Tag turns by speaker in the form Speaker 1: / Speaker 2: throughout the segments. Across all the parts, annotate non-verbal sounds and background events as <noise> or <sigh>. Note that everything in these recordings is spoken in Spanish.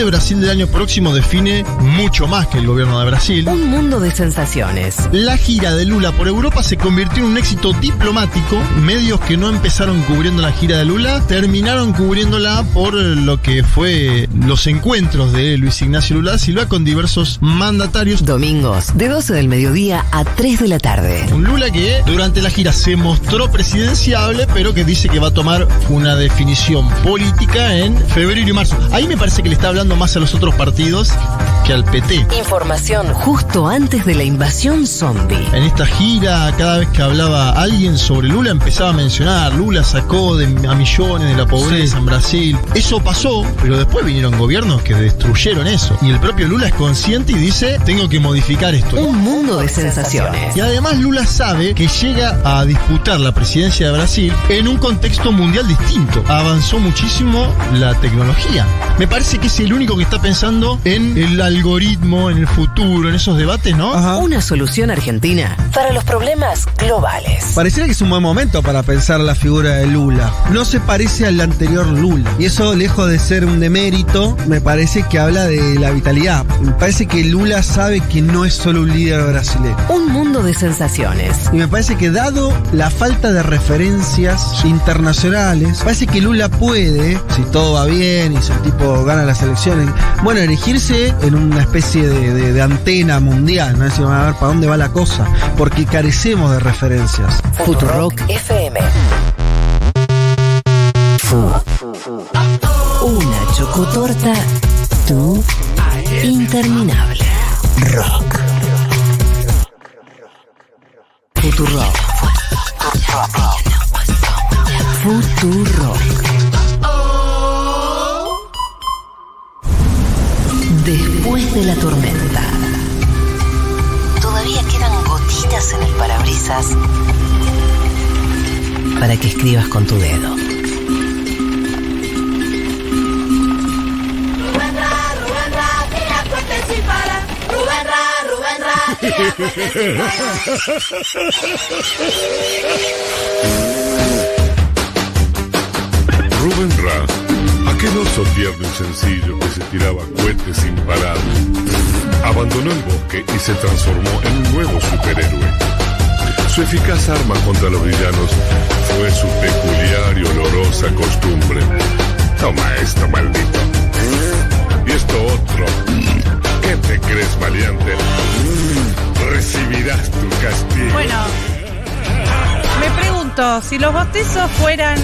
Speaker 1: de Brasil del año próximo define mucho más que el gobierno de Brasil.
Speaker 2: Un mundo de sensaciones.
Speaker 1: La gira de Lula por Europa se convirtió en un éxito diplomático. Medios que no empezaron cubriendo la gira de Lula terminaron cubriéndola por lo que fue los encuentros de Luis Ignacio Lula da Silva con diversos mandatarios.
Speaker 2: Domingos, de 12 del mediodía a 3 de la tarde.
Speaker 1: Un Lula que durante la gira se mostró presidenciable, pero que dice que va a tomar una definición política en febrero y marzo. Ahí me parece que le está hablando más a los otros partidos que al PT.
Speaker 2: Información justo antes de la invasión zombie.
Speaker 1: En esta gira, cada vez que hablaba alguien sobre Lula, empezaba a mencionar, Lula sacó de, a millones de la pobreza en Brasil. Eso pasó, pero después vinieron gobiernos que destruyeron eso. Y el propio Lula es consciente y dice, tengo que modificar esto.
Speaker 2: Un mundo de sensaciones.
Speaker 1: Y además Lula sabe que llega a disputar la presidencia de Brasil en un contexto mundial distinto. Avanzó muchísimo la tecnología. Me parece que es el único que está pensando en el algoritmo, en el futuro, en esos debates, ¿no?
Speaker 3: Ajá.
Speaker 2: Una solución argentina para los problemas globales.
Speaker 3: Pareciera que es un buen momento para pensar la figura de Lula. No se parece al anterior Lula. Y eso, lejos de ser un demérito, me parece que habla de la vitalidad. Me parece que Lula sabe que no es solo un líder brasileño.
Speaker 2: Un mundo de sensaciones.
Speaker 3: Y me parece que dado la falta de referencias internacionales, parece que Lula puede, si todo va bien y si el tipo gana las elecciones, bueno, erigirse en una especie de, de- de antena mundial, ¿no? Es decir, a ver para dónde va la cosa, porque carecemos de referencias.
Speaker 2: Futurock FM. Una chocotorta, tú, interminable. Rock. Futurock. Futurock. Después de la tormenta. Todavía quedan gotitas en el parabrisas. Para que escribas con tu dedo.
Speaker 4: Rubén Ra, Rubén Ra, tira fuerte sin parar. Rubén Ra, Rubén Ra, tira fuerte sin parar.
Speaker 5: Rubén Ra, aquel oso tierno y sencillo que se tiraba cohetes sin parar, abandonó el bosque y se transformó en un nuevo superhéroe. Su eficaz arma contra los villanos fue su peculiar y olorosa costumbre. Toma esto, maldito. Y esto otro. ¿Qué te crees, maleante? Recibirás tu castigo.
Speaker 6: Bueno, me pregunto, si los bostezos fueran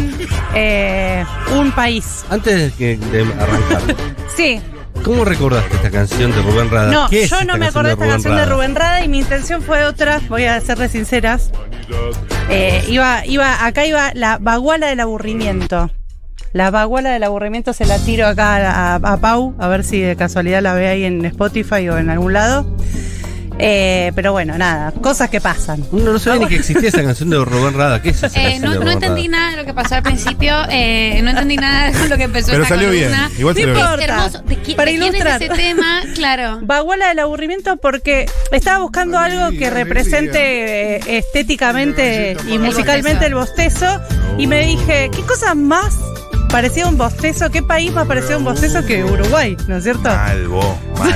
Speaker 6: eh, un país.
Speaker 7: Antes de, que- de arrancar,
Speaker 6: Sí,
Speaker 7: ¿cómo recordaste esta canción de Rubén Rada?
Speaker 6: no,
Speaker 7: ¿Qué es
Speaker 6: yo no me acordé de esta canción de Rubén Rada y mi intención fue otra, voy a serles sinceras. Eh, iba, iba, acá iba la baguala del aburrimiento. La baguala del aburrimiento se la tiro acá a, a- a Pau, a ver si de casualidad la ve ahí en Spotify o en algún lado. Eh, pero bueno, nada, cosas que pasan.
Speaker 7: No, no sabía ni que existía esa canción de Rubén Rada. ¿Qué es esa
Speaker 8: Eh,
Speaker 7: canción
Speaker 8: no,
Speaker 7: de
Speaker 8: no
Speaker 7: Rubén
Speaker 8: entendí
Speaker 7: Rada?
Speaker 8: nada de lo que pasó al principio, eh, no entendí nada de lo que empezó
Speaker 9: Pero
Speaker 8: esta
Speaker 9: salió bien,
Speaker 8: columna.
Speaker 9: igual
Speaker 6: No
Speaker 9: salió bien.
Speaker 6: importa.
Speaker 8: Hermoso. ¿De, qui-
Speaker 6: Para
Speaker 8: de quién
Speaker 6: ilustrar.
Speaker 8: es ese tema? Claro.
Speaker 6: Baguala del aburrimiento porque estaba buscando
Speaker 9: Alegría,
Speaker 6: algo que represente eh, estéticamente y musicalmente el bostezo y
Speaker 9: Oh.
Speaker 6: me dije, ¿qué cosa más parecía un bostezo? ¿Qué país más parecía un bostezo que Uruguay? ¿No es cierto?
Speaker 9: Mal, vos, mal.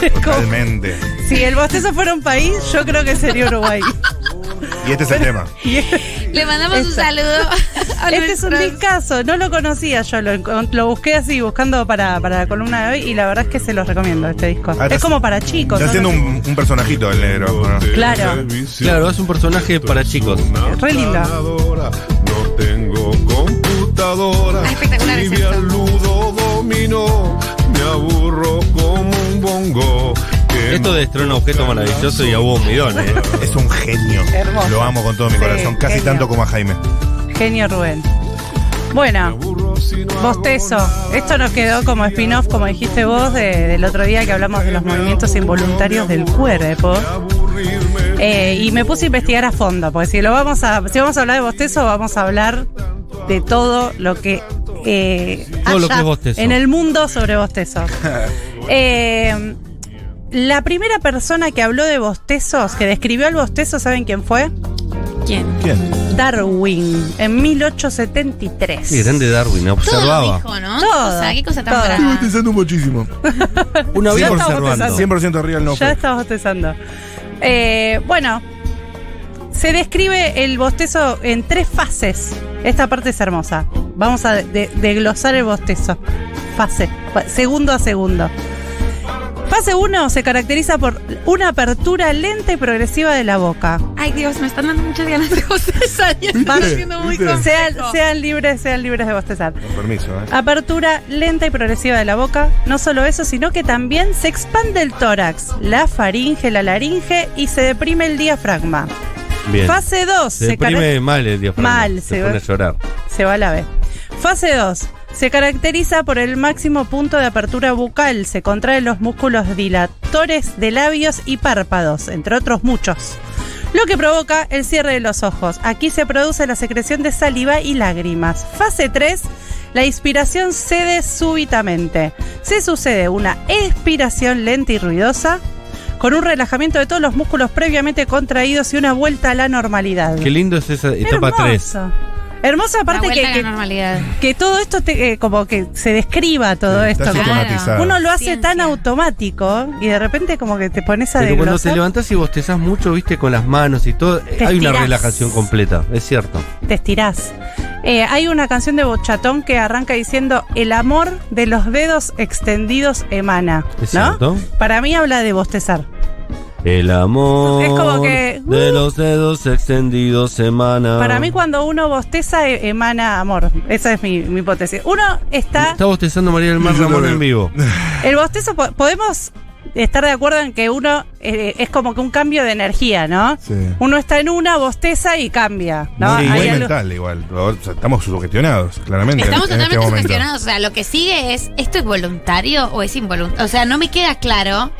Speaker 9: Totalmente.
Speaker 6: Si el bostezo fuera un país, yo creo que sería
Speaker 9: <laughs>
Speaker 6: Uruguay.
Speaker 9: Y este es el tema.
Speaker 6: Y
Speaker 8: Le mandamos un
Speaker 6: Esta.
Speaker 8: saludo a
Speaker 6: este es un
Speaker 8: nuestros-
Speaker 6: discazo, no lo conocía yo, lo, encon- lo busqué así, buscando para, para la columna de hoy y la verdad es que se los recomiendo este disco.
Speaker 9: Ah,
Speaker 6: es
Speaker 9: estás-
Speaker 6: como para chicos.
Speaker 9: Está
Speaker 6: ¿no?
Speaker 9: haciendo un, un personajito el negro. ¿o no?
Speaker 6: Claro.
Speaker 7: Claro, es un personaje para chicos.
Speaker 6: Re linda.
Speaker 5: No tengo computadora.
Speaker 8: Ah, espectacular es
Speaker 5: ni
Speaker 8: esto.
Speaker 5: al ludo domino. Me aburro como un bongo. que
Speaker 7: Esto destrona un objeto maravilloso y a vos un midón, ¿eh?
Speaker 9: Es un genio.
Speaker 6: Hermoso.
Speaker 9: Lo amo con todo mi
Speaker 6: Sí,
Speaker 9: corazón, casi
Speaker 6: genio.
Speaker 9: tanto como a Jaime.
Speaker 6: Genio Rubén. Bueno.
Speaker 5: aburro si no hago
Speaker 6: Bostezo,
Speaker 5: nada.
Speaker 6: esto nos quedó como spin-off, como dijiste vos, de- del otro día que hablamos de los movimientos involuntarios del cuerpo.
Speaker 5: Aburrirme.
Speaker 6: Eh, y me puse a investigar a fondo, porque si lo vamos a, si vamos a hablar de bostezo, vamos a hablar de todo lo que eh,
Speaker 7: Todo lo
Speaker 6: haya
Speaker 7: que es bostezo.
Speaker 6: en el mundo sobre bostezo. Eh, la primera persona que habló de bostezos, que describió el bostezo, ¿saben quién fue?
Speaker 8: ¿Quién?
Speaker 9: ¿Quién?
Speaker 6: Darwin, en 1873.
Speaker 7: Qué grande Darwin,
Speaker 8: Todo
Speaker 7: observaba.
Speaker 8: dijo, ¿no?
Speaker 6: Todo.
Speaker 8: O sea, qué cosa tan
Speaker 6: Todo.
Speaker 9: Estuve
Speaker 8: brava.
Speaker 9: pensando muchísimo.
Speaker 7: Una vez
Speaker 9: Ya estamos
Speaker 7: observando.
Speaker 6: pensando.
Speaker 9: 100% real no
Speaker 6: Ya
Speaker 9: fue.
Speaker 6: estamos bostezando. Eh, bueno, se describe el bostezo en tres fases. Esta parte es hermosa. Vamos a de- desglosar el bostezo. Fase, fa- segundo a segundo. Fase 1 se caracteriza por una apertura lenta y progresiva de la boca.
Speaker 8: Ay, Dios, me están dando muchas ganas de bostezar y estoy
Speaker 6: Vale.
Speaker 8: siendo muy
Speaker 9: ¿Viste?
Speaker 8: complejo.
Speaker 6: Sean, sean libres, sean libres de bostezar.
Speaker 9: Con permiso, ¿eh?
Speaker 6: Apertura lenta y progresiva de la boca. No solo eso, sino que también se expande el tórax, la faringe, la laringe y se deprime el diafragma.
Speaker 7: Bien.
Speaker 6: Fase 2.
Speaker 7: Se
Speaker 6: Se, cara-
Speaker 7: deprime mal el diafragma.
Speaker 6: Mal,
Speaker 7: se
Speaker 6: se
Speaker 7: pone
Speaker 6: ve.
Speaker 7: a llorar.
Speaker 6: se va a la B. Fase 2. Se caracteriza por el máximo punto de apertura bucal. Se contraen los músculos dilatores de labios y párpados, entre otros muchos. Lo que provoca el cierre de los ojos. Aquí se produce la secreción de saliva y lágrimas. Fase 3. La inspiración cede súbitamente. Se sucede una expiración lenta y ruidosa con un relajamiento de todos los músculos previamente contraídos y una vuelta a la normalidad.
Speaker 7: Qué lindo es esa etapa 3.
Speaker 6: Hermoso. Hermoso, aparte
Speaker 8: La
Speaker 6: que,
Speaker 8: vuelta a la
Speaker 6: que-
Speaker 8: normalidad.
Speaker 6: que todo esto, te- eh, como que se describa todo esto.
Speaker 9: Estás
Speaker 8: Claro.
Speaker 9: automatizada.
Speaker 6: Uno lo hace tan
Speaker 8: Ciencia.
Speaker 6: automático y de repente como que te pones a
Speaker 7: Pero cuando te
Speaker 6: desglosar,
Speaker 7: levantás y bostezás mucho, viste, con las manos y todo, eh,
Speaker 6: Te
Speaker 7: hay una
Speaker 6: estirás.
Speaker 7: relajación completa, es cierto.
Speaker 6: te estirás. Eh, hay una canción de Bochatón que arranca diciendo El amor de los dedos extendidos emana.
Speaker 7: Es
Speaker 6: ¿No?
Speaker 7: cierto.
Speaker 6: Para mí habla de bostezar.
Speaker 7: El amor
Speaker 6: Es como que, uh.
Speaker 7: de los dedos extendidos semana.
Speaker 6: Para mí cuando uno bosteza e- emana amor. Esa es mi, mi hipótesis. Uno está...
Speaker 7: Está bostezando María del Mar
Speaker 9: Yo lo
Speaker 7: Ramón
Speaker 9: veo.
Speaker 7: en vivo.
Speaker 6: El bostezo, po- podemos estar de acuerdo en que uno eh, es como que un cambio de energía, ¿no?
Speaker 9: Sí.
Speaker 6: Uno está en una, bosteza y cambia, ¿no?
Speaker 7: Sí.
Speaker 9: Muy
Speaker 6: Hay algo-
Speaker 9: mental, igual. O sea, estamos sugestionados, claramente.
Speaker 8: Estamos
Speaker 9: en este
Speaker 8: totalmente
Speaker 9: momento.
Speaker 8: cuestionados. O sea, lo que sigue es, ¿esto es voluntario o es involuntario? O sea, no me queda claro.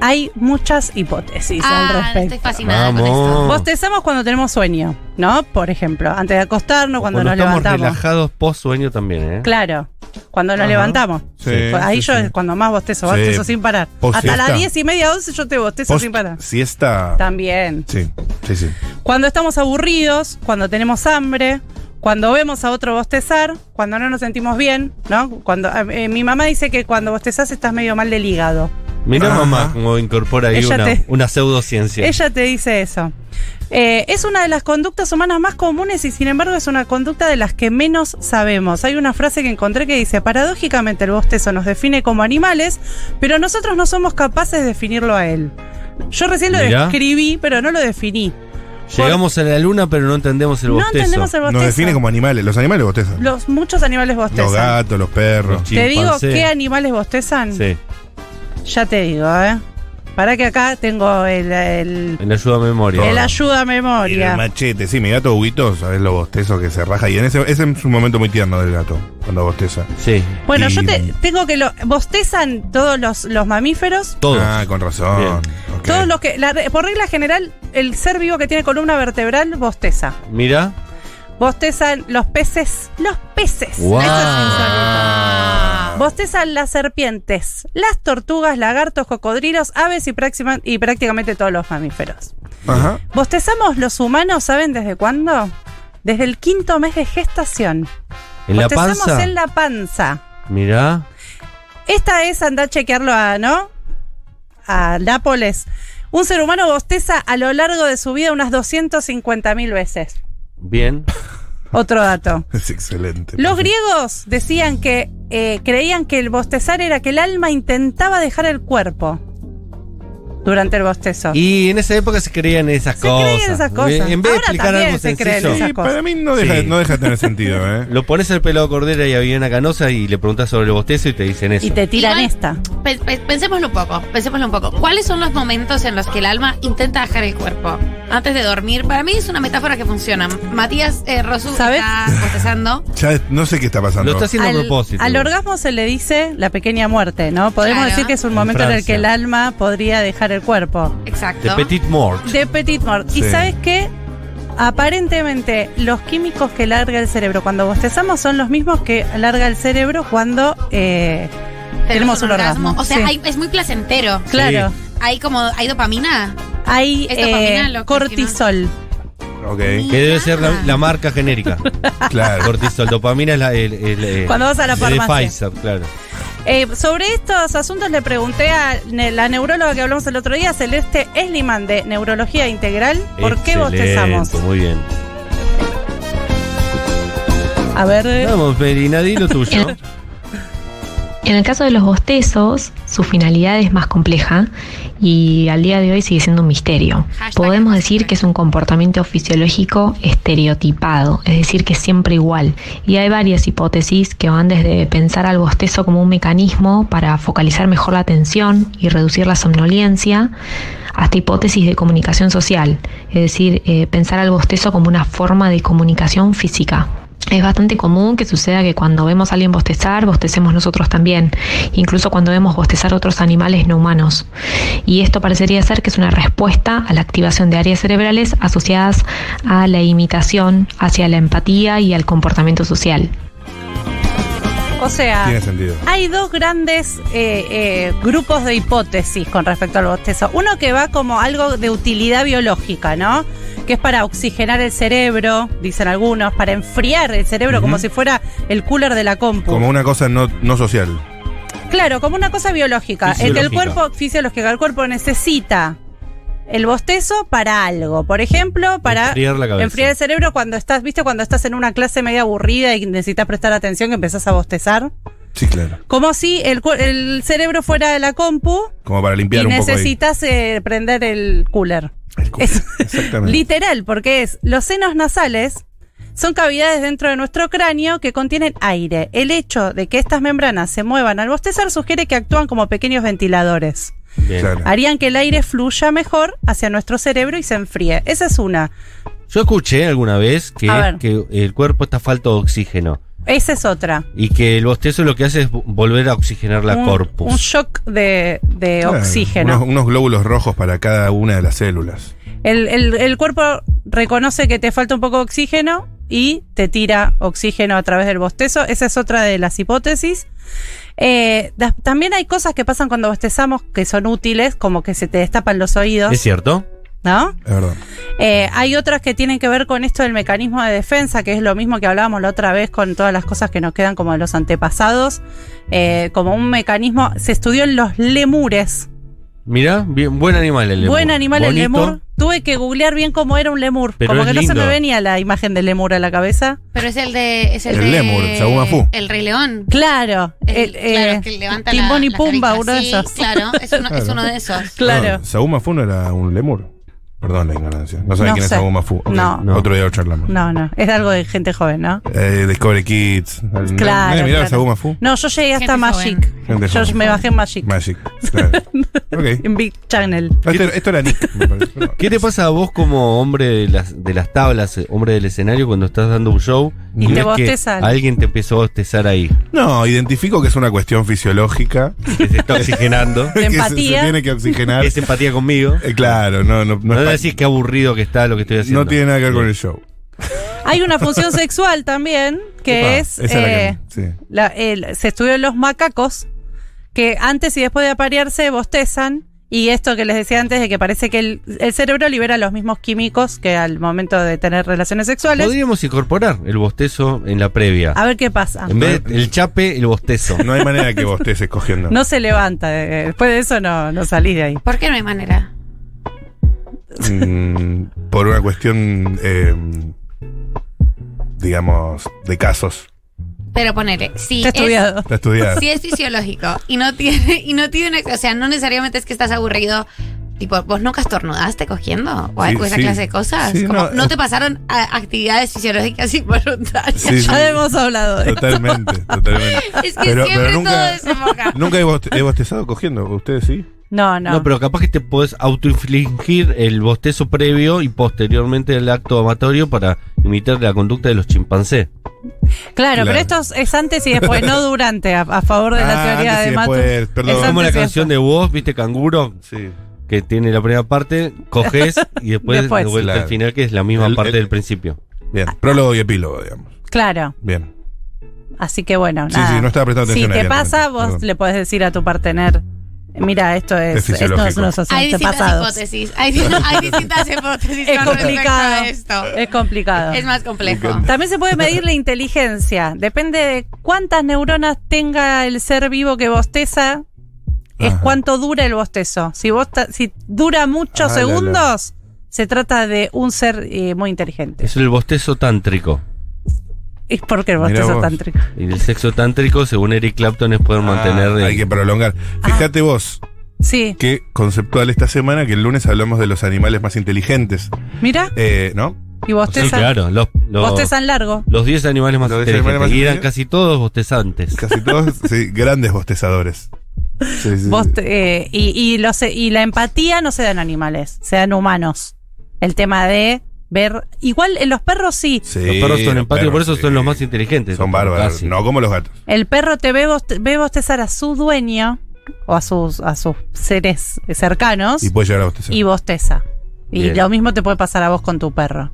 Speaker 6: Hay muchas hipótesis al
Speaker 8: Ah,
Speaker 6: respecto.
Speaker 8: estoy fascinada con
Speaker 7: Vamos.
Speaker 8: esto.
Speaker 6: Bostezamos cuando tenemos sueño, ¿no? Por ejemplo, antes de acostarnos, cuando, nos
Speaker 7: estamos
Speaker 6: levantamos.
Speaker 7: relajados post sueño también, ¿eh?
Speaker 6: Claro, cuando nos
Speaker 9: Ajá.
Speaker 6: levantamos. pues
Speaker 9: Sí,
Speaker 6: Ahí
Speaker 9: sí,
Speaker 6: yo
Speaker 9: sí.
Speaker 6: es cuando más bostezo,
Speaker 9: Sí.
Speaker 6: bostezo sin parar.
Speaker 9: Post
Speaker 6: Hasta
Speaker 9: siesta.
Speaker 6: las diez y media, once yo te bostezo
Speaker 9: Post
Speaker 6: sin parar.
Speaker 9: Siesta.
Speaker 6: También.
Speaker 9: Sí, sí, sí.
Speaker 6: Cuando estamos aburridos, cuando tenemos hambre, cuando vemos a otro bostezar, cuando no nos sentimos bien, ¿no? Cuando eh, eh, mi mamá dice que cuando bostezás estás medio mal del hígado.
Speaker 7: Mirá
Speaker 9: Ajá.
Speaker 7: mamá como incorpora ahí
Speaker 6: Ella
Speaker 7: una,
Speaker 6: te-
Speaker 7: una pseudociencia.
Speaker 6: Ella te dice eso. Eh, es una de las conductas humanas más comunes y sin embargo es una conducta de las que menos sabemos. Hay una frase que encontré que dice, paradójicamente el bostezo nos define como animales, pero nosotros no somos capaces de definirlo a él. Yo recién lo
Speaker 7: Mirá.
Speaker 6: describí, pero no lo definí.
Speaker 7: Llegamos a la luna pero no entendemos el
Speaker 6: No
Speaker 7: bostezo.
Speaker 6: entendemos el bostezo.
Speaker 9: Nos define como animales. Los animales bostezan. Los,
Speaker 6: Los muchos animales bostezan.
Speaker 9: gatos, los perros.
Speaker 7: Los
Speaker 6: Te digo
Speaker 7: chimpancés.
Speaker 6: qué animales bostezan.
Speaker 7: Sí,
Speaker 6: Ya te digo, ¿eh? Para que acá tengo el, el,
Speaker 7: en ayuda a memoria.
Speaker 6: el ayuda a memoria.
Speaker 9: El machete, sí, mi gato Huguito, sabes lo bostezo que se raja. Y en ese, ese es un momento muy tierno del gato, cuando bosteza.
Speaker 7: Sí,
Speaker 6: Bueno,
Speaker 9: y-
Speaker 6: yo te, tengo que lo bostezan todos los, los mamíferos.
Speaker 7: todos.
Speaker 9: Ah, con razón. ok.
Speaker 6: Todos los que, la re- por regla general, el ser vivo que tiene columna vertebral bosteza.
Speaker 7: Mira,
Speaker 6: Bostezan los peces, los peces.
Speaker 7: Guau.
Speaker 6: Eso es insólito. Bostezan las serpientes, las tortugas, lagartos, cocodrilos, aves y, práxima- y prácticamente todos los mamíferos.
Speaker 9: Ajá.
Speaker 6: ¿Bostezamos los humanos, saben desde cuándo? Desde el quinto mes de gestación.
Speaker 7: en la
Speaker 6: Bostezamos
Speaker 7: panza.
Speaker 6: en la panza.
Speaker 7: Mirá,
Speaker 6: Esta es andar a chequearlo a, ¿no? A Nápoles. Un ser humano bosteza a lo largo de su vida unas 250.000 veces. <laughs>
Speaker 7: bien.
Speaker 6: Otro
Speaker 7: <laughs>
Speaker 6: dato.
Speaker 9: Es excelente.
Speaker 6: Los griegos decían que eh, creían que el bostezar era que el alma intentaba dejar el cuerpo durante el bostezo.
Speaker 7: Y en esa época se creían esas
Speaker 6: Se
Speaker 7: cosas.
Speaker 6: creían esas cosas.
Speaker 7: En vez
Speaker 6: Ahora
Speaker 7: de explicar
Speaker 6: también
Speaker 7: algo
Speaker 6: se creen
Speaker 7: sencillo,
Speaker 6: esas
Speaker 9: Sí, para
Speaker 6: cosas.
Speaker 9: mí no deja,
Speaker 7: Sí.
Speaker 9: no deja de tener sentido, ¿eh?
Speaker 7: lo pones al pelado cordera y a Viviana Canosa y le preguntas sobre el bostezo y te dicen eso.
Speaker 6: Y te tiran
Speaker 8: Igual-
Speaker 6: esta.
Speaker 8: Pe- pe- Pensémoslo un poco, pensémoslo un poco. ¿Cuáles son los momentos en los que el alma intenta bajar el cuerpo? Antes de dormir, para mí es una metáfora que funciona. Matías eh, Rosu
Speaker 6: ¿Sabes?
Speaker 8: está bostezando.
Speaker 9: Ya no sé qué está pasando.
Speaker 7: Lo está haciendo a
Speaker 6: Al,
Speaker 7: propósito.
Speaker 6: al orgasmo se le dice la pequeña muerte, ¿no? Podemos
Speaker 8: Claro.
Speaker 6: decir que es un
Speaker 7: En
Speaker 6: momento en el
Speaker 7: Francia.
Speaker 6: que el alma podría dejar el cuerpo.
Speaker 7: De
Speaker 8: Exacto.
Speaker 7: Petit Mort.
Speaker 6: De Petit Mort. ¿Y
Speaker 9: Sí.
Speaker 6: sabes qué? Aparentemente, los químicos que larga el cerebro cuando bostezamos son los mismos que larga el cerebro cuando. eh, Tenemos un orgasmo,
Speaker 8: O sea,
Speaker 6: sí.
Speaker 8: hay- es muy placentero.
Speaker 6: claro,
Speaker 8: Hay como, hay dopamina.
Speaker 6: hay
Speaker 8: Es dopamina
Speaker 6: eh,
Speaker 8: lo que
Speaker 6: cortisol.
Speaker 9: Ok,
Speaker 7: Que debe ser la, la marca genérica.
Speaker 6: <laughs>
Speaker 9: claro.
Speaker 7: Cortisol, dopamina es la. el- el- eh, el-
Speaker 6: Cuando vas a la
Speaker 7: de
Speaker 6: farmacia.
Speaker 7: Pfizer, claro.
Speaker 6: Eh, sobre estos asuntos le pregunté a ne- la neuróloga que hablamos el otro día, Celeste Esliman, de Neurología Integral, ¿por qué
Speaker 7: Excelente,
Speaker 6: bostezamos?
Speaker 7: Muy bien.
Speaker 6: A ver,
Speaker 7: Vamos, Melina, di lo tuyo.
Speaker 10: En el caso de los bostezos, su finalidad es más compleja y al día de hoy sigue siendo un misterio.
Speaker 8: Hashtag
Speaker 10: Podemos decir
Speaker 8: hashtag.
Speaker 10: que es un comportamiento fisiológico estereotipado, es decir, que es siempre igual. Y hay varias hipótesis que van desde pensar al bostezo como un mecanismo para focalizar mejor la atención y reducir la somnolencia, hasta hipótesis de comunicación social, es decir, eh, pensar al bostezo como una forma de comunicación física. Es bastante común que suceda que cuando vemos a alguien bostezar, bostecemos nosotros también, incluso cuando vemos bostezar otros animales no humanos. Y esto parecería ser que es una respuesta a la activación de áreas cerebrales asociadas a la imitación, hacia la empatía y al comportamiento social.
Speaker 6: o sea,
Speaker 9: Tiene sentido.
Speaker 6: hay dos grandes eh, eh, grupos de hipótesis con respecto al bostezo. Uno que va como algo de utilidad biológica, ¿no? Que es para oxigenar el cerebro, dicen algunos, para enfriar el cerebro como si fuera el cooler de la compu.
Speaker 9: Como una cosa no, no social.
Speaker 6: Claro, como una cosa biológica. El del
Speaker 7: Fisiológica.
Speaker 6: cuerpo, fisiológica, el cuerpo necesita el bostezo para algo. Por ejemplo, <laughs> para
Speaker 7: Enfriar la cabeza.
Speaker 6: enfriar el cerebro cuando estás, viste, cuando estás en una clase media aburrida y necesitas prestar atención que empezás a bostezar.
Speaker 9: Sí, claro.
Speaker 6: Como si el, cuer- el cerebro fuera de la compu
Speaker 9: Como para limpiar
Speaker 6: y
Speaker 9: un poco ahí.
Speaker 6: necesitas eh, prender el cooler.
Speaker 9: El culo.
Speaker 6: Es-
Speaker 9: Exactamente.
Speaker 6: Literal, porque es los senos nasales. Son cavidades dentro de nuestro cráneo que contienen aire. El hecho de que estas membranas se muevan al bostezar sugiere que actúan como pequeños ventiladores.
Speaker 7: Bien.
Speaker 9: Claro.
Speaker 6: Harían que el aire fluya mejor hacia nuestro cerebro y se enfríe. Esa es una.
Speaker 7: Yo escuché alguna vez que,
Speaker 6: A ver.
Speaker 7: que el cuerpo está falto de oxígeno
Speaker 6: Esa es otra.
Speaker 7: y que el bostezo lo que hace es vo- volver a oxigenar la
Speaker 6: un,
Speaker 7: corpus.
Speaker 6: un shock de, de
Speaker 9: Claro,
Speaker 6: oxígeno.
Speaker 9: Unos, unos glóbulos rojos para cada una de las células.
Speaker 6: El, el- el cuerpo reconoce que te falta un poco de oxígeno y te tira oxígeno a través del bostezo. Esa es otra de las hipótesis. Eh, da- también hay cosas que pasan cuando bostezamos que son útiles, como que se te destapan los oídos,
Speaker 7: ¿Es cierto?
Speaker 6: ¿no?
Speaker 9: Es verdad.
Speaker 6: Eh, hay otras que tienen que ver con esto del mecanismo de defensa, que es lo mismo que hablábamos la otra vez con todas las cosas que nos quedan como de los antepasados, eh, como un mecanismo, se estudió en los lemures.
Speaker 7: Mirá, bien, buen animal el lemur.
Speaker 6: Buen animal el
Speaker 7: Bonito.
Speaker 6: lemur. Tuve que googlear bien cómo era un lemur,
Speaker 7: Pero
Speaker 6: como
Speaker 7: es
Speaker 6: que no se
Speaker 7: lindo.
Speaker 6: me venía la imagen del lemur a la cabeza.
Speaker 8: Pero es el de. Es el,
Speaker 9: El
Speaker 8: de-
Speaker 9: lémur, según Mafú.
Speaker 8: El Rey León.
Speaker 6: Claro, el,
Speaker 8: El, claro,
Speaker 6: eh,
Speaker 8: que levanta la-
Speaker 6: Timbón y
Speaker 8: las
Speaker 6: Pumba,
Speaker 8: caritas.
Speaker 6: uno de
Speaker 8: Sí,
Speaker 6: esos.
Speaker 8: Claro, es uno, es
Speaker 9: Claro.
Speaker 8: uno de esos.
Speaker 6: Claro.
Speaker 9: No, Saúma Ah, Fu no era un lemur. Perdón la ignorancia. No saben
Speaker 6: No
Speaker 9: quién
Speaker 6: sé.
Speaker 9: es Saúma Fu. Ok,
Speaker 6: No.
Speaker 7: No.
Speaker 9: Otro día lo charlamos.
Speaker 6: No, no, es algo de gente joven, ¿no?
Speaker 9: Eh, Discovery Kids. Claro.
Speaker 6: Claro,
Speaker 9: mirá,
Speaker 6: claro.
Speaker 9: Saúma Fu.
Speaker 6: No, yo llegué hasta
Speaker 8: Gente
Speaker 6: Magic.
Speaker 8: joven.
Speaker 9: Gente
Speaker 6: Yo
Speaker 9: joven.
Speaker 6: me bajé en Magic,
Speaker 9: Magic.
Speaker 6: <laughs>
Speaker 9: Claro. ok.
Speaker 6: en Big Channel.
Speaker 9: Esto, era- esto era Nick, me <laughs> parece. No.
Speaker 7: ¿Qué te pasa a vos como hombre de las, de las tablas, eh, hombre del escenario, cuando estás dando un show
Speaker 6: Y
Speaker 7: ves
Speaker 6: te
Speaker 7: que
Speaker 6: bostezan.
Speaker 7: Alguien te empezó a bostezar ahí,
Speaker 9: No, identifico que es una cuestión
Speaker 6: <laughs>
Speaker 9: fisiológica.
Speaker 7: que se
Speaker 9: <laughs>
Speaker 7: está oxigenando,
Speaker 6: De
Speaker 9: que se- se,
Speaker 6: empatía. em-,
Speaker 9: tiene que
Speaker 6: <laughs>
Speaker 9: oxigenar.
Speaker 7: es empatía conmigo.
Speaker 9: Eh, claro, no, no,
Speaker 7: No
Speaker 9: es pa-
Speaker 7: decís qué aburrido que está lo que estoy haciendo.
Speaker 9: no tiene nada que ver con el show.
Speaker 6: Hay una función sexual también,
Speaker 9: Ah,
Speaker 6: que es...
Speaker 9: esa era
Speaker 6: eh,
Speaker 9: que- sí.
Speaker 6: la- el- se estudió en los macacos, que antes y después de aparearse bostezan. Y esto que les decía antes de que parece que el, el cerebro libera los mismos químicos que al momento de tener relaciones sexuales.
Speaker 7: Podríamos incorporar el bostezo en la previa.
Speaker 6: A ver qué pasa.
Speaker 7: En vez del chape, el bostezo.
Speaker 9: No hay manera que vos estés escogiendo.
Speaker 6: No se levanta. eh, Después de eso no, no salís de ahí.
Speaker 8: ¿Por qué no hay manera?
Speaker 9: <laughs> Mm, por una cuestión, eh, digamos, de casos.
Speaker 8: Pero ponele, si
Speaker 6: Está
Speaker 8: es,
Speaker 6: estudiado.
Speaker 9: Está estudiada.
Speaker 8: si es fisiológico y no tiene, y no tiene una, o sea, no necesariamente es que estás aburrido. Tipo, ¿vos nunca estornudaste cogiendo? ¿O
Speaker 9: Sí,
Speaker 8: algo de esa
Speaker 9: sí.
Speaker 8: clase de cosas?
Speaker 9: Sí,
Speaker 8: Como,
Speaker 9: no, eh.
Speaker 8: no, te pasaron a- actividades fisiológicas involuntarias?
Speaker 9: Sí, sí.
Speaker 6: <laughs> Ya hemos hablado de <laughs>
Speaker 9: Totalmente, totalmente.
Speaker 8: Es que
Speaker 9: Pero-
Speaker 8: siempre
Speaker 9: pero nunca-
Speaker 8: todo desemboca.
Speaker 9: Nunca he, boste- he bostezado cogiendo, ¿ustedes sí?
Speaker 6: No, no.
Speaker 7: No, pero capaz que te podés autoinfligir el bostezo previo y posteriormente el acto amatorio para imitar la conducta de los chimpancés.
Speaker 6: claro,
Speaker 9: Claro.
Speaker 6: pero esto es antes y después, no durante, a, a favor de la
Speaker 9: Ah,
Speaker 6: teoría
Speaker 9: antes y
Speaker 6: de Matu.
Speaker 9: después, perdón.
Speaker 6: Es
Speaker 7: Como la
Speaker 6: antes y
Speaker 7: canción de vos, viste, canguro,
Speaker 9: Sí.
Speaker 7: que tiene la primera parte, coges y después,
Speaker 6: Después.
Speaker 7: de vuelta
Speaker 9: Claro.
Speaker 7: al final, que es la misma
Speaker 9: El-
Speaker 7: parte
Speaker 9: el-
Speaker 7: del principio.
Speaker 9: Bien, prólogo y epílogo, digamos.
Speaker 6: después. Claro.
Speaker 9: Bien.
Speaker 6: Así que bueno,
Speaker 9: Sí,
Speaker 6: nada.
Speaker 9: sí, no estaba prestando atención
Speaker 6: Si te
Speaker 9: ahí,
Speaker 6: Ah. pasa,
Speaker 9: realmente.
Speaker 6: vos
Speaker 9: Perdón.
Speaker 6: le podés decir a tu partener mira, esto
Speaker 9: Es
Speaker 6: es, esto este es
Speaker 9: fisiológico.
Speaker 6: unos
Speaker 8: Hay distintas
Speaker 6: antepasados.
Speaker 8: hipótesis. Hay, <laughs> hay
Speaker 6: <laughs>
Speaker 8: distintas hipótesis
Speaker 6: Es
Speaker 8: con respecto
Speaker 6: complicado.
Speaker 8: a esto.
Speaker 6: Es complicado.
Speaker 8: Es más
Speaker 9: Me
Speaker 8: complejo.
Speaker 9: encanta.
Speaker 6: También se puede medir la inteligencia. Depende de cuántas neuronas tenga el ser vivo que bosteza, es
Speaker 9: Ajá.
Speaker 6: cuánto dura el bostezo. Si, bosta- si dura muchos
Speaker 9: Ah, la, la.
Speaker 6: segundos, se trata de un ser eh, muy inteligente.
Speaker 7: Es el bostezo tántrico.
Speaker 6: Es porque el
Speaker 9: Mirá
Speaker 6: bostezo
Speaker 9: vos.
Speaker 6: tántrico.
Speaker 7: Y el sexo tántrico, según Eric Clapton, es poder mantener.
Speaker 9: Ah,
Speaker 7: el-
Speaker 9: hay que prolongar.
Speaker 6: Ah.
Speaker 9: Fíjate vos,
Speaker 6: Sí,
Speaker 9: qué conceptual esta semana, que el lunes hablamos de los animales más inteligentes.
Speaker 6: mira,
Speaker 9: Eh, ¿No?
Speaker 6: y
Speaker 7: Sí,
Speaker 6: bostezan,
Speaker 7: claro. Los, los-
Speaker 6: bostezan largo.
Speaker 7: los 10 animales más
Speaker 9: Los 10 animales
Speaker 7: inteligentes.
Speaker 9: más
Speaker 7: y eran
Speaker 9: inteligentes.
Speaker 7: casi todos bostezantes.
Speaker 9: Casi
Speaker 6: <laughs>
Speaker 9: todos, sí, grandes bostezadores. Sí, sí, sí.
Speaker 6: Boste- eh, y, y los- y la empatía no se da en animales, se da en humanos. El tema de ver. Igual en los perros sí.
Speaker 9: Sí,
Speaker 7: los perros son empáticos,
Speaker 9: perros,
Speaker 7: por eso
Speaker 9: sí.
Speaker 7: son los más inteligentes.
Speaker 9: Son bárbaros,
Speaker 7: Casi.
Speaker 9: no como los gatos.
Speaker 6: El perro te ve, boste- ve bostezar a su dueño o a sus, a sus seres cercanos
Speaker 9: Y
Speaker 6: y,
Speaker 9: puede llegar a bostezar.
Speaker 6: bosteza. Y
Speaker 7: Bien.
Speaker 6: lo mismo te puede pasar a vos con tu perro.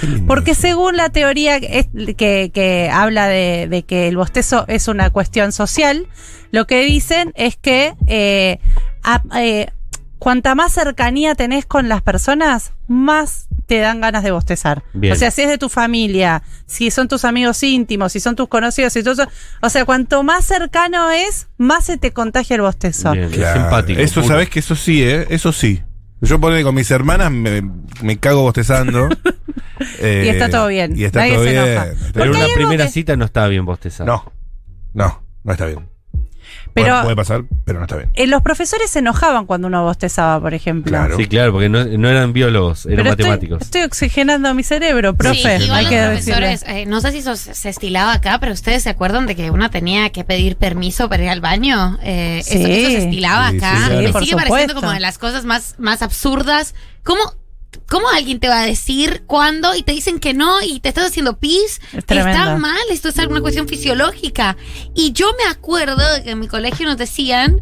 Speaker 9: Qué lindo
Speaker 6: Porque
Speaker 9: eso.
Speaker 6: según la teoría es- que, que habla de, de que el bostezo es una cuestión social, lo que dicen es que eh, a- eh, cuanta más cercanía tenés con las personas, más te dan ganas de bostezar.
Speaker 7: Bien.
Speaker 6: O sea, si es de tu familia, si son tus amigos íntimos, si son tus conocidos, si todo eso- o sea, cuanto más cercano es, más se te contagia el bostezo.
Speaker 7: Bien,
Speaker 9: Claro.
Speaker 7: Es empático.
Speaker 9: Eso,
Speaker 7: puro.
Speaker 9: ¿sabes que Eso sí, ¿eh? Eso sí. Yo ponele con mis hermanas, me, me cago bostezando. Eh,
Speaker 6: <laughs> Y está todo bien.
Speaker 9: Y está
Speaker 6: Nadie
Speaker 9: todo
Speaker 6: se
Speaker 9: bien.
Speaker 6: enoja.
Speaker 9: Está
Speaker 7: Pero
Speaker 9: bien.
Speaker 7: en una
Speaker 6: algo
Speaker 7: primera
Speaker 6: que-
Speaker 7: cita no está bien bostezar.
Speaker 9: No, no, no está bien.
Speaker 6: Pero-
Speaker 9: Puede- puede pasar, pero no está bien.
Speaker 6: Eh, los profesores se enojaban cuando uno bostezaba, por ejemplo.
Speaker 9: Claro.
Speaker 7: Sí, claro, porque no, no eran biólogos, eran
Speaker 6: Pero estoy-
Speaker 7: matemáticos.
Speaker 6: Estoy, oxigenando mi cerebro, profe.
Speaker 8: sí, igual
Speaker 6: hay
Speaker 8: los
Speaker 6: que decirle.
Speaker 8: profesores, eh, no sé si eso se se estilaba acá, pero ustedes se acuerdan de que uno tenía que pedir permiso para ir al baño. Eh,
Speaker 6: Sí.
Speaker 8: eso, eso se estilaba
Speaker 9: Sí, sí,
Speaker 8: acá.
Speaker 9: claro.
Speaker 8: Me
Speaker 9: Sí,
Speaker 6: por
Speaker 8: sigue pareciendo
Speaker 6: supuesto.
Speaker 8: como de las cosas más, más absurdas. ¿Cómo, ¿Cómo alguien te va a decir cuándo y te dicen que no y te estás haciendo pis?
Speaker 6: Es tremendo.
Speaker 8: Está mal, esto es alguna cuestión fisiológica. Y yo me acuerdo de que en mi colegio nos decían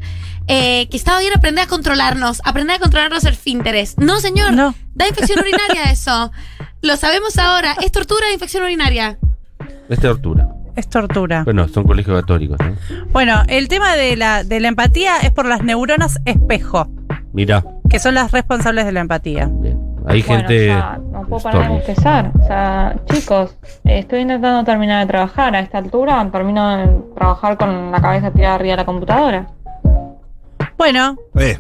Speaker 8: eh, que estaba bien aprender a controlarnos, aprender a controlarnos el finteres. No, señor,
Speaker 6: No.
Speaker 8: da infección urinaria eso. Lo sabemos ahora, es tortura de infección urinaria.
Speaker 7: Es tortura.
Speaker 6: Es tortura.
Speaker 7: Bueno, son colegios católicos, ¿no?
Speaker 6: Bueno, el tema de la, de la empatía es por las neuronas espejo,
Speaker 7: Mirá,
Speaker 6: que son las responsables de la empatía.
Speaker 7: bien. Hay
Speaker 11: Bueno,
Speaker 7: gente.
Speaker 11: ya, no puedo parar de
Speaker 7: Stormy.
Speaker 11: bostezar. O sea, chicos, eh, estoy intentando terminar de trabajar. A esta altura termino de trabajar con la cabeza tirada arriba de la computadora.
Speaker 6: Bueno,
Speaker 9: Eh,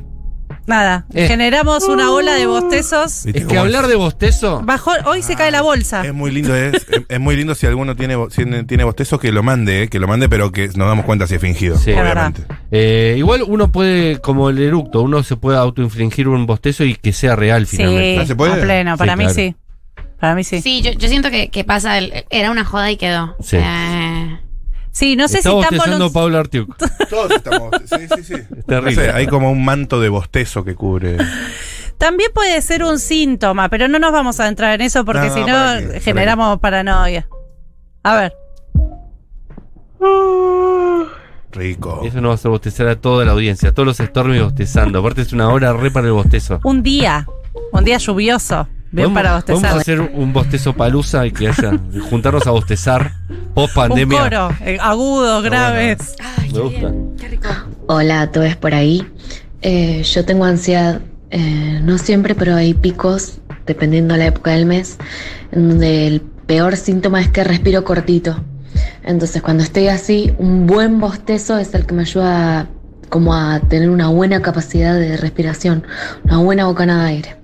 Speaker 6: nada,
Speaker 7: Eh.
Speaker 6: generamos
Speaker 9: Uh.
Speaker 6: una ola de bostezos.
Speaker 9: ¿viste
Speaker 7: Es que
Speaker 9: cómo
Speaker 7: hablar de bostezo.
Speaker 6: Bajó, hoy se cae la bolsa.
Speaker 9: Ah, Es muy lindo, es, es, es muy lindo si alguno tiene, bo- si tiene bostezo que lo mande, eh, que lo mande, pero que nos damos cuenta si es fingido,
Speaker 7: Sí. Es
Speaker 9: obviamente.
Speaker 7: Eh, igual uno puede, como el eructo, uno se puede autoinfligir un bostezo y que sea real finalmente.
Speaker 6: Sí,
Speaker 9: ¿No se puede?
Speaker 6: a pleno,
Speaker 7: Sí,
Speaker 6: para mí
Speaker 7: claro.
Speaker 6: sí. Para mí sí.
Speaker 8: Sí,
Speaker 6: Sí,
Speaker 8: yo, yo siento que, que pasa, el- era una joda y quedó.
Speaker 7: Sí.
Speaker 8: Eh,
Speaker 6: no sé
Speaker 7: Está
Speaker 6: si tan
Speaker 7: bostezando
Speaker 6: volun-
Speaker 7: Paula
Speaker 6: <laughs>
Speaker 7: Artiuk.
Speaker 9: Todos estamos, sí, sí, sí.
Speaker 7: terrible.
Speaker 9: hay como un manto de bostezo que cubre.
Speaker 6: También puede ser un síntoma, pero no nos vamos a entrar en eso porque
Speaker 9: No,
Speaker 6: si
Speaker 9: ¿para qué? ¿Para
Speaker 6: no
Speaker 9: qué?
Speaker 6: generamos paranoia. A ver,
Speaker 9: Rico.
Speaker 7: Eso no va a hacer bostezar a toda la audiencia, a todos los Stormy bostezando. Aparte es una hora re para el bostezo.
Speaker 6: un día, un día lluvioso, bien
Speaker 7: Podemos-
Speaker 6: para
Speaker 7: Podemos
Speaker 6: bostezar.
Speaker 7: hacer un bostezo palusa y que haya, juntarnos a bostezar post
Speaker 6: Un
Speaker 7: pandemia.
Speaker 6: coro, eh, agudos, graves.
Speaker 8: ay,
Speaker 7: Me
Speaker 8: qué
Speaker 7: gusta.
Speaker 8: bien, qué rico.
Speaker 11: Hola a todos por ahí. Eh, yo tengo ansiedad, eh, no siempre, pero hay picos, dependiendo la época del mes, en donde el peor síntoma es que respiro cortito. Entonces cuando estoy así, un buen bostezo es el que me ayuda como a tener una buena capacidad de respiración, una buena bocanada de aire.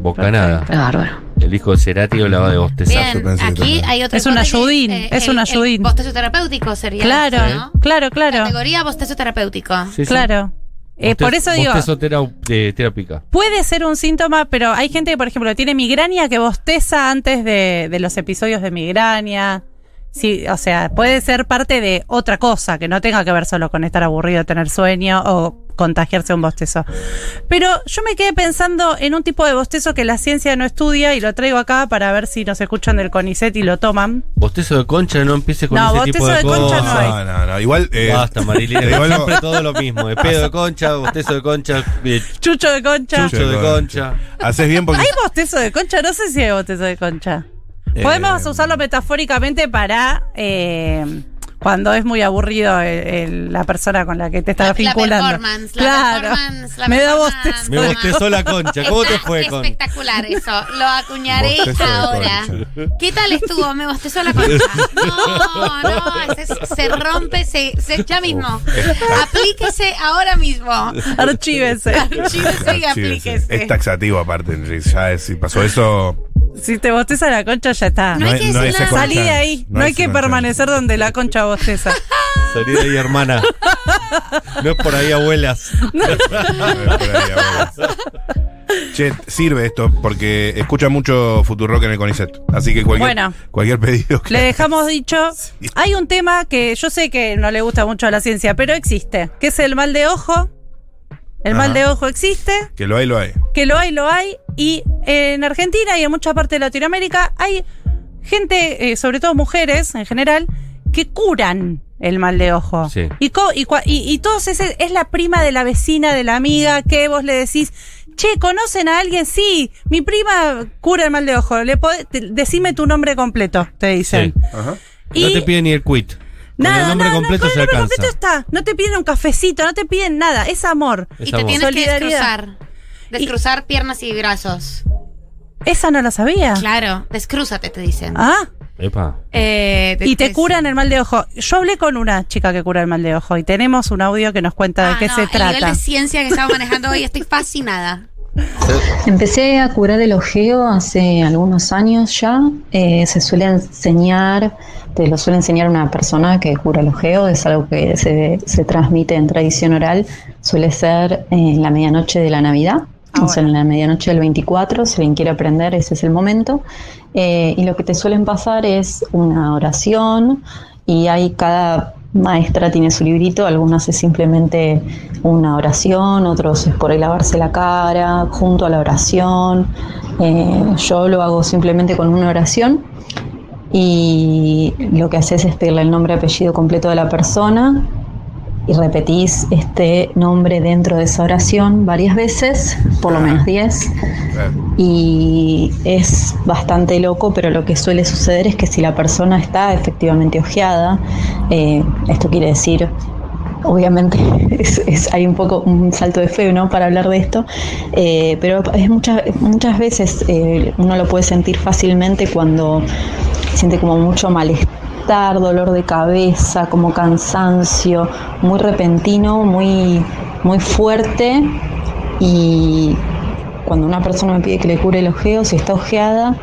Speaker 7: Bocanada.
Speaker 11: Es bárbaro.
Speaker 7: El hijo de Cerati hablaba de bostezar.
Speaker 9: yo
Speaker 8: Bien,
Speaker 9: pensé que
Speaker 8: aquí
Speaker 9: también.
Speaker 8: hay otro.
Speaker 6: Es un
Speaker 8: hipótesis, eh,
Speaker 6: ayudín, es un
Speaker 8: el-
Speaker 6: ayudín.
Speaker 8: el Bostezo terapéutico sería.
Speaker 6: Claro,
Speaker 8: eso, ¿no?
Speaker 6: claro, claro,
Speaker 8: Categoría bostezo terapéutico.
Speaker 7: Sí, sí.
Speaker 6: claro. Eh, por eso
Speaker 7: Bostezo-
Speaker 6: digo,
Speaker 7: Bostezo terau- eh, terapia.
Speaker 6: puede ser un síntoma, pero hay gente que, por ejemplo, tiene migraña que bosteza antes de, de los episodios de migraña. Sí, o sea, puede ser parte de otra cosa que no tenga que ver solo con estar aburrido, tener sueño o contagiarse un bostezo. Pero yo me quedé pensando en un tipo de bostezo que la ciencia no estudia y lo traigo acá para ver si nos escuchan del CONICET y lo toman.
Speaker 7: Bostezo de concha, no empieces con
Speaker 6: No,
Speaker 7: ese
Speaker 6: bostezo
Speaker 7: tipo de,
Speaker 6: de
Speaker 7: cosas.
Speaker 6: concha no
Speaker 9: No,
Speaker 6: hay.
Speaker 9: no, no. Igual. eh,
Speaker 7: Basta,
Speaker 9: te digo
Speaker 7: Marilina.
Speaker 9: algo.
Speaker 7: Siempre todo lo mismo. De pedo de concha, bostezo de concha, eh,
Speaker 6: Chucho de concha.
Speaker 7: chucho de concha.
Speaker 9: Haces bien porque.
Speaker 6: ¿Hay bostezo de concha? No sé si hay bostezo de concha.
Speaker 9: Eh,
Speaker 6: Podemos usarlo metafóricamente para eh, cuando es muy aburrido el- el- la persona con la que te estás
Speaker 8: La
Speaker 6: vinculando.
Speaker 8: performance, la
Speaker 6: claro.
Speaker 8: performance, la
Speaker 6: me da
Speaker 8: performance.
Speaker 6: bostezo.
Speaker 7: Me bostezó la concha. ¿Cómo te fue con?
Speaker 8: Espectacular eso. Lo acuñaré
Speaker 7: Bostezo de
Speaker 8: ahora.
Speaker 7: concha.
Speaker 8: ¿Qué tal estuvo? Me bostezó la concha. No, no, se, se rompe, se, se- ya mismo.
Speaker 9: eh,
Speaker 8: <laughs> Aplíquese ahora mismo.
Speaker 6: Archívese.
Speaker 8: Archívese y
Speaker 9: Sí, sí.
Speaker 8: aplíquese.
Speaker 9: Es taxativo aparte, Enrique. Ya es- si pasó eso.
Speaker 6: Si te bosteza la concha, ya está.
Speaker 9: No hay que No hay- no hay decirla.
Speaker 6: Salí de
Speaker 9: second
Speaker 6: ahí.
Speaker 9: chance.
Speaker 6: No,
Speaker 9: No
Speaker 6: hay
Speaker 9: hay
Speaker 6: que
Speaker 9: second
Speaker 6: permanecer donde la concha bosteza.
Speaker 7: Salí de ahí, hermana. No es por ahí, abuelas.
Speaker 9: Che, sirve esto porque escucha mucho Futurock en el Conicet. Así que cualquier,
Speaker 6: Bueno.
Speaker 9: cualquier pedido. que-
Speaker 6: Le dejamos dicho. Hay un tema que yo sé que no le gusta mucho a la ciencia, pero existe, que es el mal de ojo. El mal
Speaker 9: Ajá.
Speaker 6: de ojo existe,
Speaker 9: Que lo hay, lo hay.
Speaker 6: que lo hay, lo hay, y en Argentina y en mucha parte de Latinoamérica hay gente, eh, sobre todo mujeres en general, que curan el mal de ojo.
Speaker 7: Sí.
Speaker 6: Y, co- y, cua- y, y todos ese es la prima de la vecina, de la amiga, que vos le decís, che, ¿conocen a alguien? Sí, mi prima cura el mal de ojo. Le pode- te- decime tu nombre completo, te dicen.
Speaker 7: No
Speaker 6: Y-
Speaker 7: te piden ni el quit. con el nombre
Speaker 6: no, no,
Speaker 7: completo
Speaker 6: con
Speaker 7: se
Speaker 6: el nombre
Speaker 7: alcanza.
Speaker 6: completo está. No te piden un cafecito, no te piden nada. Es amor.
Speaker 7: Es
Speaker 8: Y te
Speaker 7: amor.
Speaker 8: tienes
Speaker 6: Solidaridad.
Speaker 8: que descruzar. Descruzar piernas y brazos.
Speaker 6: Esa no la sabía.
Speaker 8: Claro, descrúzate, te dicen.
Speaker 6: Ah,
Speaker 7: Epa.
Speaker 8: Eh,
Speaker 6: y te curan el mal de ojo. Yo hablé con una chica que cura el mal de ojo y tenemos un audio que nos cuenta de
Speaker 8: Ah,
Speaker 6: qué
Speaker 8: no,
Speaker 6: se
Speaker 8: El nivel
Speaker 6: trata.
Speaker 8: de ciencia que estamos manejando hoy, estoy fascinada.
Speaker 12: Empecé a curar el ojeo hace algunos años ya. Eh, se suele enseñar, te lo suele enseñar una persona que cura el ojeo, es algo que se, se transmite en tradición oral. Suele ser en la medianoche de la Navidad, o sea, en la medianoche del 24, si alguien quiere aprender, ese es el momento. Eh, y lo que te suelen pasar es una oración y hay cada maestra tiene su librito, algunas es simplemente una oración, otros es por ahí lavarse la cara, junto a la oración. Eh, yo lo hago simplemente con una oración y lo que haces es pedirle el nombre, apellido completo de la persona y repetís este nombre dentro de esa oración varias veces, por lo menos 10. Y es bastante loco, pero lo que suele suceder es que si la persona está efectivamente ojeada, eh, esto quiere decir, obviamente, es- es- hay un poco un salto de fe ¿no? para hablar de esto, eh, pero es muchas, muchas veces eh, uno lo puede sentir fácilmente cuando siente como mucho malestar, dolor de cabeza, como cansancio, muy repentino, muy, muy fuerte y cuando una persona me pide que le cure el ojeo, si está ojeada,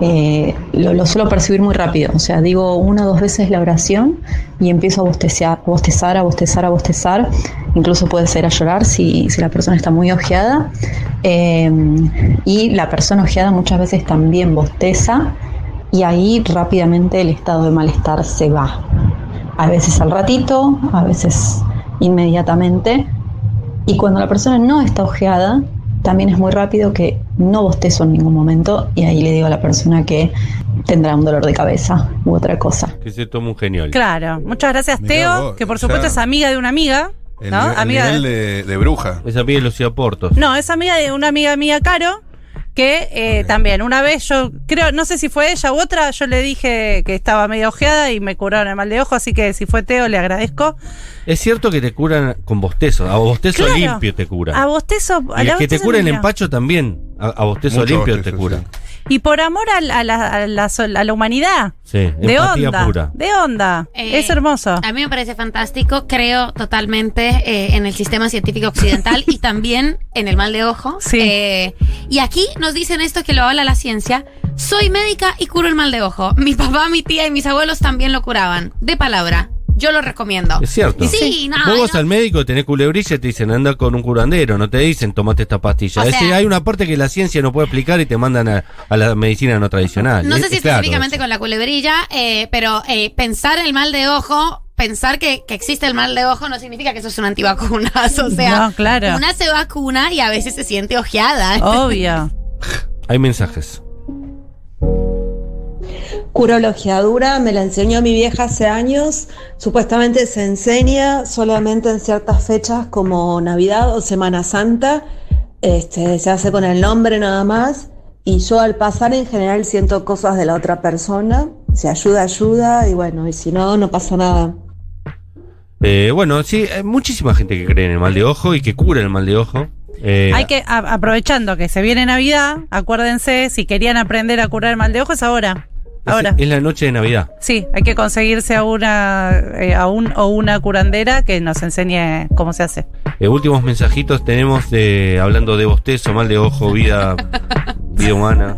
Speaker 12: eh, lo, lo suelo percibir muy rápido. O sea, digo una o dos veces la oración y empiezo a bostezar, bostezar, a bostezar, a bostezar. Incluso puede ser a llorar si, si la persona está muy ojeada. Eh, y la persona ojeada muchas veces también bosteza y ahí rápidamente el estado de malestar se va. A veces al ratito, a veces inmediatamente. Y cuando la persona no está ojeada, también es muy rápido que no bostezo en ningún momento y ahí le digo a la persona que tendrá un dolor de cabeza u otra cosa.
Speaker 7: Que se toma un genial.
Speaker 6: Claro. Muchas gracias,
Speaker 9: Mirá
Speaker 6: Teo,
Speaker 9: vos,
Speaker 6: que por
Speaker 9: o sea,
Speaker 6: supuesto es amiga de una amiga.
Speaker 9: El,
Speaker 6: ¿no?
Speaker 9: nivel- el
Speaker 6: amiga
Speaker 9: nivel de, de bruja.
Speaker 7: Esa pide los ciaportos.
Speaker 6: No, es amiga de una amiga mía, Caro, que eh, también una vez yo creo, no sé si fue ella u otra, yo le dije que estaba medio ojeada y me curaron el mal de ojo, así que si fue Teo le agradezco.
Speaker 7: Es cierto que te curan con bostezo. A bostezo
Speaker 6: Claro.
Speaker 7: limpio te cura.
Speaker 6: A bostezo, a
Speaker 7: y
Speaker 6: la
Speaker 7: el que te
Speaker 6: bostezo
Speaker 7: cura en
Speaker 6: limpio.
Speaker 7: empacho también. A, a bostezo
Speaker 9: Mucho
Speaker 7: limpio
Speaker 9: bostezo,
Speaker 7: te cura.
Speaker 6: Y por amor a la, a la- a la sol- a la humanidad.
Speaker 7: Sí,
Speaker 6: De
Speaker 7: empatía
Speaker 6: onda.
Speaker 7: pura.
Speaker 6: De onda.
Speaker 8: Eh,
Speaker 6: es hermoso.
Speaker 8: A mí me parece fantástico, creo totalmente eh, en el sistema científico occidental y también en el mal de ojo. Eh, y aquí nos dicen esto que lo habla la ciencia. Soy médica y curo el mal de ojo. Mi papá, mi tía y mis abuelos también lo curaban. De palabra. Yo lo recomiendo.
Speaker 7: Es cierto.
Speaker 8: Sí, no,
Speaker 7: Vos
Speaker 8: no.
Speaker 7: vas al médico, tenés culebrilla y te dicen anda con un curandero. No te dicen tomate esta pastilla.
Speaker 8: O
Speaker 7: Es decir,
Speaker 8: sea-
Speaker 7: hay una parte que la ciencia no puede explicar y te mandan a, a la medicina no tradicional.
Speaker 8: No
Speaker 7: Es-
Speaker 8: sé si
Speaker 7: es claro
Speaker 8: específicamente con la culebrilla, eh, pero eh, pensar el mal de ojo, pensar que, que existe el mal de ojo no significa que sos un antivacunas. <laughs> O sea,
Speaker 6: No, claro. Oh.
Speaker 8: una se vacuna y a veces se siente ojeada.
Speaker 13: <laughs>
Speaker 6: Obvio.
Speaker 7: Hay mensajes.
Speaker 13: Curologiadura me la enseñó mi vieja hace años. Supuestamente se enseña solamente en ciertas fechas como Navidad o Semana Santa. Este, se hace con el nombre nada más. Y yo al pasar en general siento cosas de la otra persona. Se ayuda, ayuda y bueno, y si no, no pasa nada.
Speaker 7: Eh, bueno, sí, hay muchísima gente que cree en el mal de ojo y que cura el mal de ojo. Eh,
Speaker 6: Hay que, a- aprovechando que se viene Navidad, acuérdense, si querían aprender a curar el mal de ojos, ahora.
Speaker 7: es-
Speaker 6: Ahora.
Speaker 7: Es la noche de Navidad.
Speaker 6: Sí, hay que conseguirse a una, eh, a un o una curandera que nos enseñe cómo se hace.
Speaker 7: Eh, últimos mensajitos tenemos de, hablando de bostezo, mal de ojo, vida, vida humana.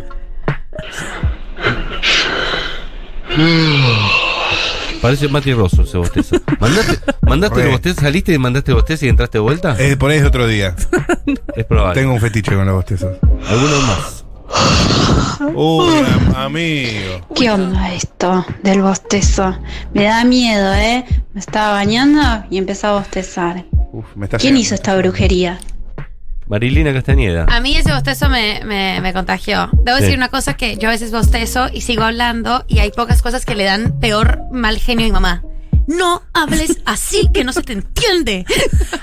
Speaker 7: Parece Mati Rosso ese bostezo. ¿Mandaste, mandaste
Speaker 9: Re.
Speaker 7: el bostezo? ¿Saliste y mandaste el bostezo y entraste de vuelta?
Speaker 9: Eh, por ahí es otro día.
Speaker 7: Es probable.
Speaker 9: Tengo un fetiche con los bostezos.
Speaker 7: Algunos más.
Speaker 9: Uy, am- amigo.
Speaker 14: ¿Qué onda esto del bostezo? Me da miedo, ¿eh? Me estaba bañando y empecé a bostezar.
Speaker 9: Uf, me está
Speaker 14: ¿Quién
Speaker 9: llegando.
Speaker 14: hizo esta brujería?
Speaker 7: Marilina Castañeda.
Speaker 8: <laughs> A mí ese bostezo me, me, me contagió. Debo
Speaker 7: Sí.
Speaker 8: decir una cosa que yo a veces bostezo y sigo hablando y hay pocas cosas que le dan peor mal genio a mi mamá. No hables así, que no se te entiende.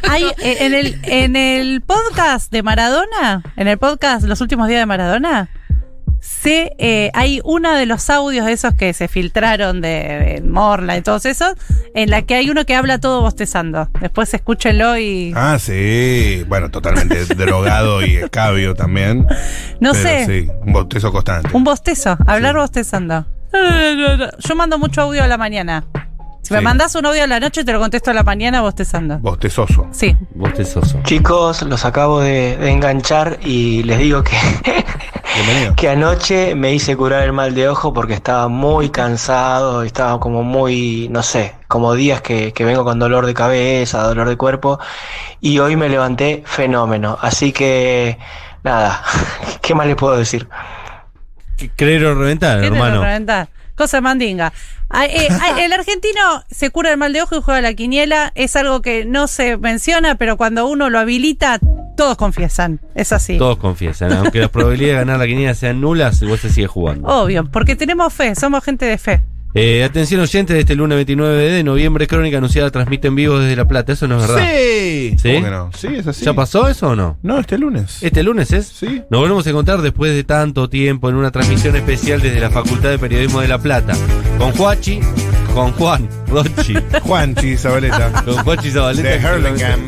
Speaker 6: Hay, <laughs> eh, en, el, en el podcast de Maradona, en el podcast Los últimos días de Maradona, se, eh, hay uno de los audios de esos que se filtraron de, de Morla y todos esos, en la que hay uno que habla todo bostezando. Después escúchenlo y.
Speaker 9: Ah, sí. Bueno, totalmente <laughs> drogado y escabio también.
Speaker 6: No
Speaker 9: Pero
Speaker 6: sé.
Speaker 9: Sí, un bostezo constante.
Speaker 6: Un bostezo, hablar bostezando. Yo mando mucho audio a la mañana. Si me
Speaker 9: Sí.
Speaker 6: mandás un audio a la noche, te lo contesto a la mañana bostezando.
Speaker 9: Bostezoso.
Speaker 6: Sí.
Speaker 7: Bostezoso.
Speaker 15: Chicos, los acabo de, de enganchar y les
Speaker 9: <laughs>
Speaker 15: digo que, que anoche me hice curar el mal de ojo porque estaba muy cansado, estaba como muy, no sé, como días que, que vengo con dolor de cabeza, dolor de cuerpo y hoy me levanté fenómeno. Así que, nada, <laughs> ¿qué más les puedo decir?
Speaker 7: Creer o reventar,
Speaker 6: ¿Quién te lo
Speaker 7: hermano.
Speaker 6: reventa? Cosa mandinga. Ah, eh, ah,
Speaker 7: <laughs>
Speaker 6: el argentino se cura el mal de ojo y juega a la quiniela. Es algo que no se menciona, pero cuando uno lo habilita, todos confiesan. Es así.
Speaker 7: Todos confiesan. Aunque las probabilidades de ganar la quiniela sean nulas, vos se sigue jugando.
Speaker 6: Obvio, porque tenemos fe, somos gente de fe.
Speaker 7: Eh, atención oyentes, este lunes 29 de noviembre, Crónica Anunciada transmite en vivo desde La Plata, eso no es verdad.
Speaker 9: Sí.
Speaker 7: ¿Sí?
Speaker 9: ¿Cómo que no? Sí, es así.
Speaker 7: ¿Ya pasó eso o no?
Speaker 9: No, este lunes.
Speaker 7: ¿Este lunes es?
Speaker 9: Sí.
Speaker 7: Nos volvemos a encontrar después de tanto tiempo en una transmisión especial desde la Facultad de Periodismo de La Plata. Con Juachi, con Juan Rochi.
Speaker 9: Juanchi Zabaleta.
Speaker 7: con Juachi Zabaleta.
Speaker 9: De Hurlingham.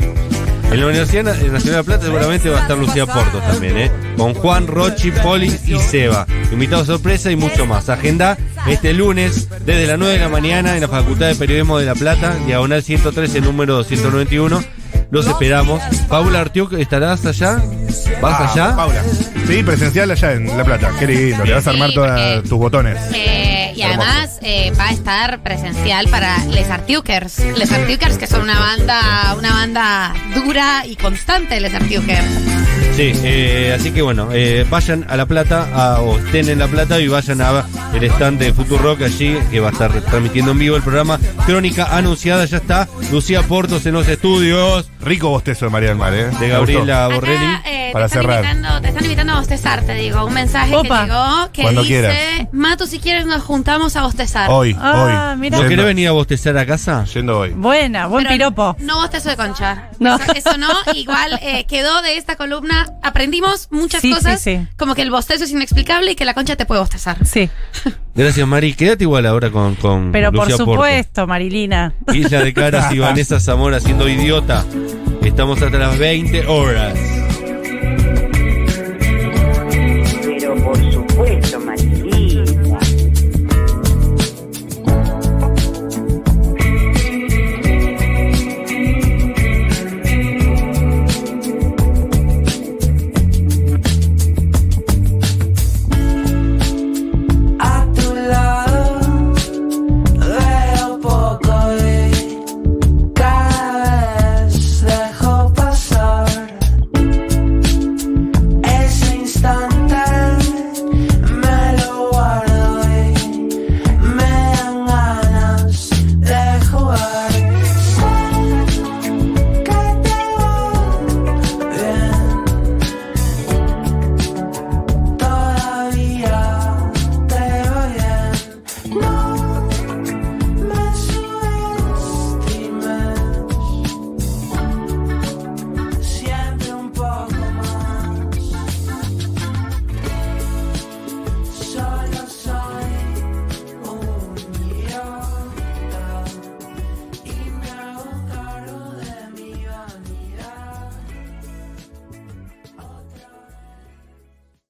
Speaker 7: En la Universidad Na- Nacional de La Plata seguramente va a estar Lucía Portos también, ¿eh? Con Juan, Rochi, Poli y Seba. Invitado sorpresa y mucho más. Agenda este lunes desde las 9 de la mañana en la Facultad de Periodismo de La Plata, diagonal 113, número 291. Los esperamos. Paula Artiuk, ¿estarás allá? ¿Vas
Speaker 9: Ah,
Speaker 7: allá?
Speaker 9: Paula. Sí, presencial allá en La Plata. Qué lindo. Le vas a armar
Speaker 8: Sí,
Speaker 9: todos tus botones.
Speaker 8: Eh, y además eh, va a estar presencial para Les Artiukers. Les Artiukers, que son una banda, una banda dura y constante, Les Artiukers.
Speaker 7: Sí, eh, así que bueno, eh, vayan a La Plata, a- o estén en La Plata y vayan a el stand de Futurock allí, que va a estar transmitiendo en vivo el programa Crónica Anunciada, ya está, Lucía Portos en los estudios.
Speaker 9: Rico bostezo de María del Mar, ¿eh?
Speaker 7: De Gabriela
Speaker 9: Me gustó.
Speaker 7: Borrelli.
Speaker 8: Eh,
Speaker 9: Para
Speaker 8: te, están
Speaker 9: cerrar.
Speaker 8: invitando, te están invitando a bostezar, te digo. Un mensaje que llegó que
Speaker 9: Cuando
Speaker 8: dice:
Speaker 9: quieras. Oh.
Speaker 8: Matu, si quieres, nos juntamos a bostezar.
Speaker 9: Hoy,
Speaker 6: Ah,
Speaker 9: hoy.
Speaker 6: mira.
Speaker 7: ¿No
Speaker 9: Yendo.
Speaker 7: querés venir a bostezar a casa?
Speaker 9: Yendo hoy.
Speaker 6: Buena, buen piropo.
Speaker 8: No bostezo de concha.
Speaker 6: No.
Speaker 8: Eso, eso no. Igual eh, quedó de esta columna. Aprendimos muchas
Speaker 6: Sí, sí,
Speaker 8: cosas.
Speaker 6: sí.
Speaker 8: Como que el bostezo es inexplicable y que la concha te puede bostezar.
Speaker 6: Sí.
Speaker 7: Gracias, Mari. Quédate igual ahora con, con
Speaker 6: Pero por
Speaker 7: Mm, Lucía Portos.
Speaker 6: supuesto, Marilina.
Speaker 7: Isla de Caras y Vanessa Zamora siendo idiota. Estamos hasta las 20 horas.